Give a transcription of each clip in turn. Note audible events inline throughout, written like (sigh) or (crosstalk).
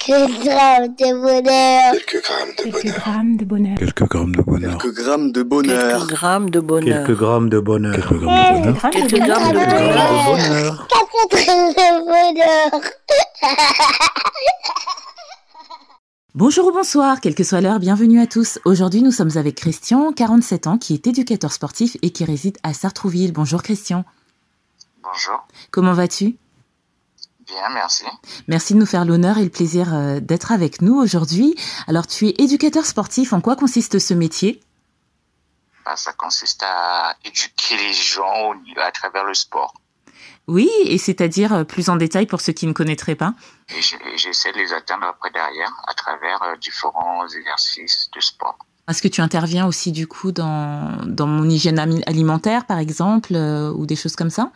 Quelques grammes de bonheur. Quelques grammes de Quelques bonheur. grammes de bonheur. Quelques grammes de bonheur. Quelques grammes de Quelques bonheur. grammes de bonheur. Quelques grammes de bonheur. Quelques grammes de bonheur. Quelques Quelques grammes grammes de de bonheur. bonheur. Quatre grammes de bonheur. Bonjour ou bonsoir, quelle que soit l'heure, bienvenue à tous. Aujourd'hui, nous sommes avec Christian, 47 ans, qui est éducateur sportif et qui réside à Sartrouville. Bonjour Christian, Bonjour, comment vas-tu bien, merci. Merci de nous faire l'honneur et le plaisir euh, d'être avec nous aujourd'hui. Alors, tu es éducateur sportif, en quoi consiste ce métier Bah, ça consiste à éduquer les gens au- à travers le sport. Oui, et c'est-à-dire euh, plus en détail pour ceux qui ne connaîtraient pas. Et je- et j'essaie de les atteindre après derrière à travers euh, différents exercices de sport. Est-ce que tu interviens aussi du coup dans, dans mon hygiène ami- alimentaire, par exemple, euh, ou des choses comme ça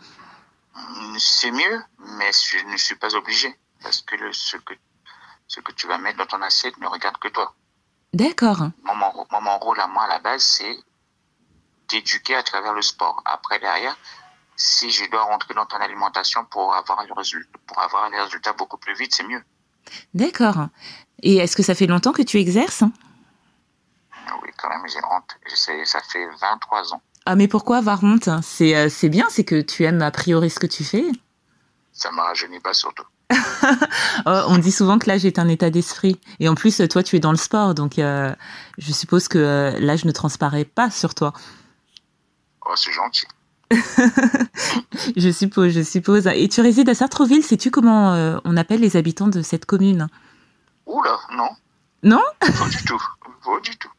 Mm, C'est mieux, mais je ne suis pas obligé. Parce que, le- ce que ce que tu vas mettre dans ton assiette ne regarde que toi. D'accord. Moi, mon, rô- moi, mon rôle à moi à la base, c'est d'éduquer à travers le sport. Après derrière, si je dois rentrer dans ton alimentation pour avoir, le résul- pour avoir les résultats beaucoup plus vite, c'est mieux. D'accord. Et est-ce que ça fait longtemps que tu exerces Ah Oui, quand même, j'ai honte. Je sais, Ça fait 23 ans. Ah mais pourquoi avoir honte C'est euh, c'est bien, c'est que tu aimes a priori ce que tu fais. Ça ne me rajeunit pas surtout. Euh, on dit souvent que l'âge est un état d'esprit. Et en plus, euh, toi, tu es dans le sport, donc euh, je suppose que euh, l'âge ne transparaît pas sur toi. Oh, c'est gentil. Je suppose, je suppose. Et tu résides à Sartreville, sais-tu comment euh, on appelle les habitants de cette commune Oula, non. Non Pas du tout. Pas du tout.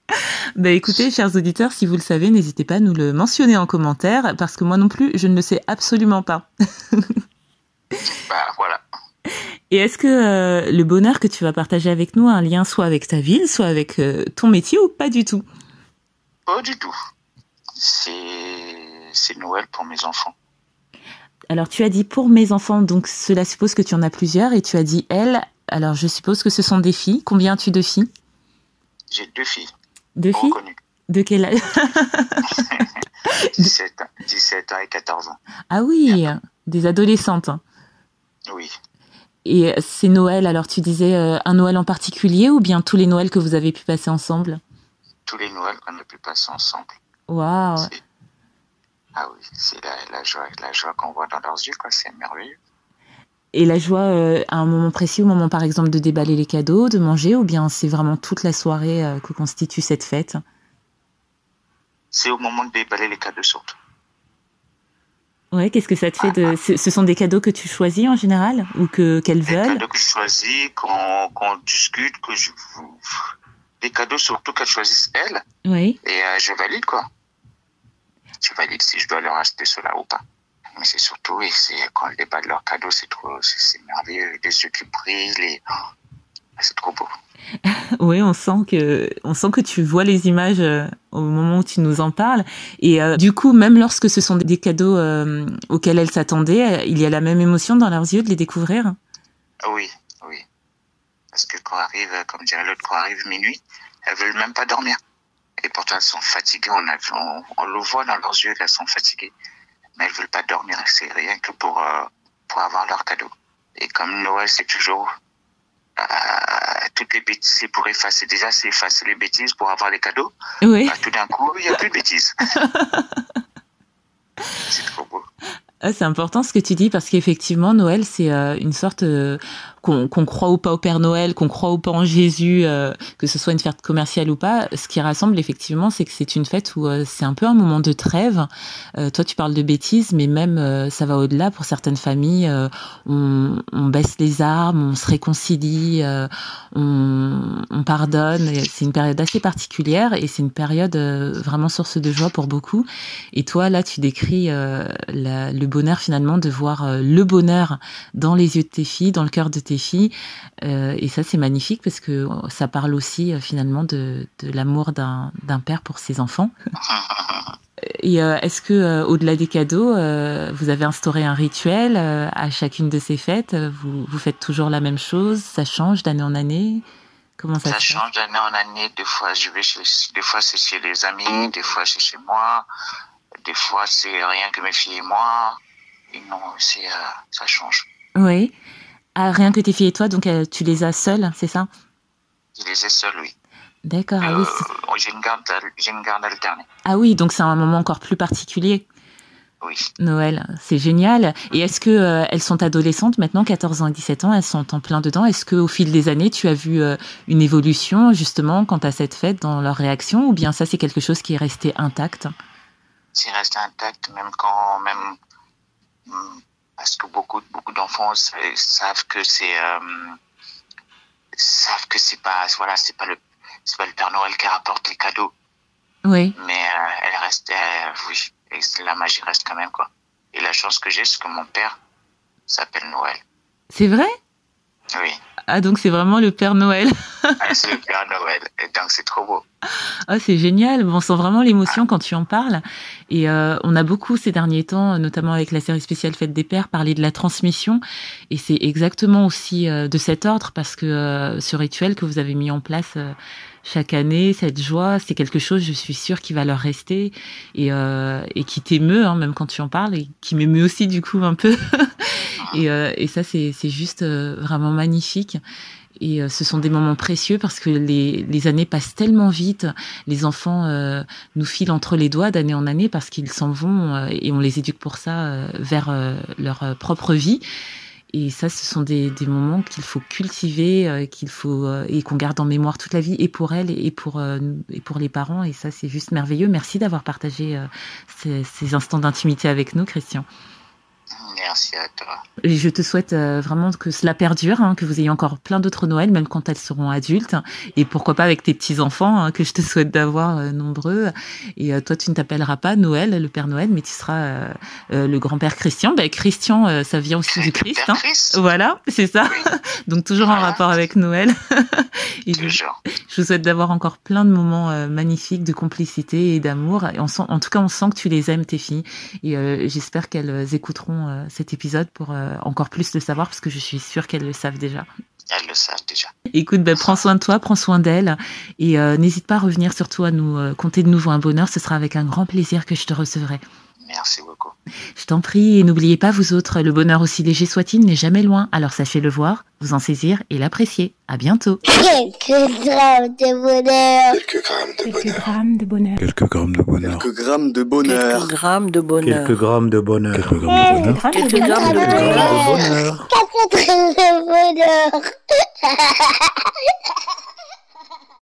Bah écoutez, chers auditeurs, si vous le savez, n'hésitez pas à nous le mentionner en commentaire, parce que moi non plus, je ne le sais absolument pas. Bah voilà. Et est-ce que euh, le bonheur que tu vas partager avec nous a un lien soit avec ta ville, soit avec euh, ton métier, ou pas du tout Pas du tout. C'est c'est Noël pour mes enfants. Alors tu as dit pour mes enfants, donc cela suppose que tu en as plusieurs, et tu as dit elles, alors je suppose que ce sont des filles. Combien as-tu de filles J'ai deux filles Deux filles reconnues. De quel âge 17 ans, 17 ans et 14 ans. Ah oui, des adolescentes. hein. Oui. Et c'est Noël, alors tu disais euh, un Noël en particulier, ou bien tous les Noëls que vous avez pu passer ensemble Tous les Noëls qu'on a pu passer ensemble. Waouh C'est- Ah oui, c'est la, la joie, la joie qu'on voit dans leurs yeux, quoi. C'est merveilleux. Et la joie euh, à un moment précis, au moment par exemple de déballer les cadeaux, de manger, ou bien c'est vraiment toute la soirée euh, que constitue cette fête C'est au moment de déballer les cadeaux surtout. Ouais, qu'est-ce que ça te fait de... Ce ce sont des cadeaux que tu choisis en général Ou que qu'elles Des veulent cadeaux que je choisis, qu'on qu'on discute, que je. Des cadeaux surtout qu'elles choisissent elles, Oui. et euh, je valide quoi. Je valide si je dois leur acheter cela ou pas. Mais c'est surtout, oui, c'est quand le débat de leurs cadeaux, c'est trop, c'est c'est merveilleux, les yeux qui brillent, les- oh, c'est trop beau. Oui, on sent que on sent que tu vois les images euh, au moment où tu nous en parles. Et euh, du coup, même lorsque ce sont des cadeaux euh, auxquels elles s'attendaient, euh, il y a la même émotion dans leurs yeux de les découvrir. Ah Oui, oui. Parce que quand arrive, euh, comme dirait l'autre, quand arrive minuit, elles veulent même pas dormir. Et pourtant, elles sont fatiguées, on, a- on, on le voit dans leurs yeux qu'elles sont fatiguées. Mais elles veulent pas dormir, c'est rien que pour, euh, pour avoir leur cadeau. Et comme Noël, c'est toujours euh, toutes les bêtises, c'est pour effacer, déjà, c'est effacer les bêtises pour avoir les cadeaux. Oui. Bah, tout d'un coup, il n'y a plus de bêtises. c'est trop beau. Ah, c'est important ce que tu dis parce qu'effectivement Noël c'est euh, une sorte euh, qu'on qu'on croit ou pas au Père Noël, qu'on croit ou pas en Jésus, euh, que ce soit une fête commerciale ou pas. Ce qui rassemble effectivement c'est que c'est une fête où euh, c'est un peu un moment de trêve. Euh, toi tu parles de bêtises mais même euh, ça va au-delà pour certaines familles. euh, on, on baisse les armes, on se réconcilie, euh, on, on pardonne. Et C'est une période assez particulière et c'est une période euh, vraiment source de joie pour beaucoup. Et toi, là, tu décris euh, la- le bonheur finalement de voir euh, le bonheur dans les yeux de tes filles, dans le cœur de tes filles. Euh, et ça, c'est magnifique parce que euh, ça parle aussi euh, finalement de, de l'amour d'un d'un père pour ses (laughs) enfants. Et euh, est-ce que, euh, au-delà des cadeaux, euh, vous avez instauré un rituel euh, à chacune de ces fêtes Euh, vous, vous faites toujours la même chose Ça change d'année en année Comment ça, Ça se passe change d'année en année. Des fois, je vais chez, des fois c'est chez les amis, des fois c'est chez moi, des fois c'est rien que mes filles et moi. Et non, c'est euh, ça change. Oui. Ah, rien que tes filles et toi, donc euh, tu les as seules, c'est ça Je les ai seuls, oui. D'accord, ah oui. Euh, c'est- j'ai une garde, al- j'ai une garde alternée. Ah oui, donc c'est un moment encore plus particulier, Oui. Noël. C'est génial. Et est-ce que euh, elles sont adolescentes maintenant, 14 ans et 17 ans, elles sont en plein dedans Est-ce qu'au fil des années, tu as vu euh, une évolution justement quant à cette fête dans leur réaction Ou bien ça, c'est quelque chose qui est resté intact C'est resté intact, même quand, même, hum, parce que beaucoup, beaucoup d'enfants sa- savent que c'est, euh, savent que c'est pas, voilà, c'est pas le, c'est pas le Père Noël qui rapporte les cadeaux, Oui. mais euh, elle reste, euh, oui, et c'est- la magie reste quand même quoi. Et la chance que j'ai, c'est que mon père s'appelle Noël. C'est vrai Oui, (laughs) Ah, donc c'est vraiment le Père Noël. Ah, c'est le Père Noël, et donc c'est trop beau. Ah, c'est génial. On sent vraiment l'émotion quand tu en parles. Et euh, on a beaucoup ces derniers temps, notamment avec la série spéciale Fête des Pères, parlé de la transmission. Et c'est exactement aussi euh, de cet ordre parce que euh, ce rituel que vous avez mis en place euh, chaque année, cette joie, c'est quelque chose, je suis sûre, qui va leur rester et, euh, et qui t'émeut, hein, même quand tu en parles, et qui m'émeut aussi du coup un peu. (laughs) et, euh, et ça, c'est c'est juste euh, vraiment magnifique. Et euh, ce sont des moments précieux parce que les, les années passent tellement vite les enfants euh, nous filent entre les doigts d'année en année parce qu'ils s'en vont euh, et on les éduque pour ça euh, vers euh, leur euh, propre vie. Et ça, ce sont des, des moments qu'il faut cultiver, euh, qu'il faut euh, et qu'on garde en mémoire toute la vie, et pour elle et pour euh, nous- et pour les parents. Et ça, c'est juste merveilleux. Merci d'avoir partagé euh, ces, ces instants d'intimité avec nous, Christian. Merci à toi. Et je te souhaite euh, vraiment que cela perdure, hein, que vous ayez encore plein d'autres Noëls, même quand elles seront adultes, et pourquoi pas avec tes petits-enfants, hein, que je te souhaite d'avoir euh, nombreux. Et euh, toi, tu ne t'appelleras pas Noël, le Père Noël, mais tu seras euh, euh, le grand-père Christian. Ben, Christian, euh, ça vient aussi du Christ. Père hein. Christ, Voilà, c'est ça. Donc toujours en Voilà. rapport avec Noël. (laughs) Et je, toujours. je vous souhaite d'avoir encore plein de moments euh, magnifiques de complicité et d'amour. Et on sent, en tout cas, on sent que tu les aimes, tes filles. Et euh, j'espère qu'elles écouteront euh, cet épisode pour euh, encore plus le savoir, parce que je suis sûre qu'elles le savent déjà. Elles le savent déjà. Écoute, ben, prends soin de toi, prends soin d'elles. Et euh, n'hésite pas à revenir surtout à nous euh, compter de nouveau un bonheur. Ce sera avec un grand plaisir que je te recevrai. Merci beaucoup. Je t'en prie, et n'oubliez pas, vous autres, le bonheur aussi léger soit-il n'est jamais loin. Alors sachez le voir, vous en saisir et l'apprécier. À bientôt. Quelques grammes de bonheur. Quelques grammes de Quelques bonheur. grammes de bonheur. Quelques grammes de bonheur. Quelques grammes de Quelques bonheur. grammes de bonheur. Quelques grammes de bonheur. Quelques Quelques grammes de bonheur. grammes Quelques grammes de bonheur. de bonheur. Quatre grammes de bonheur.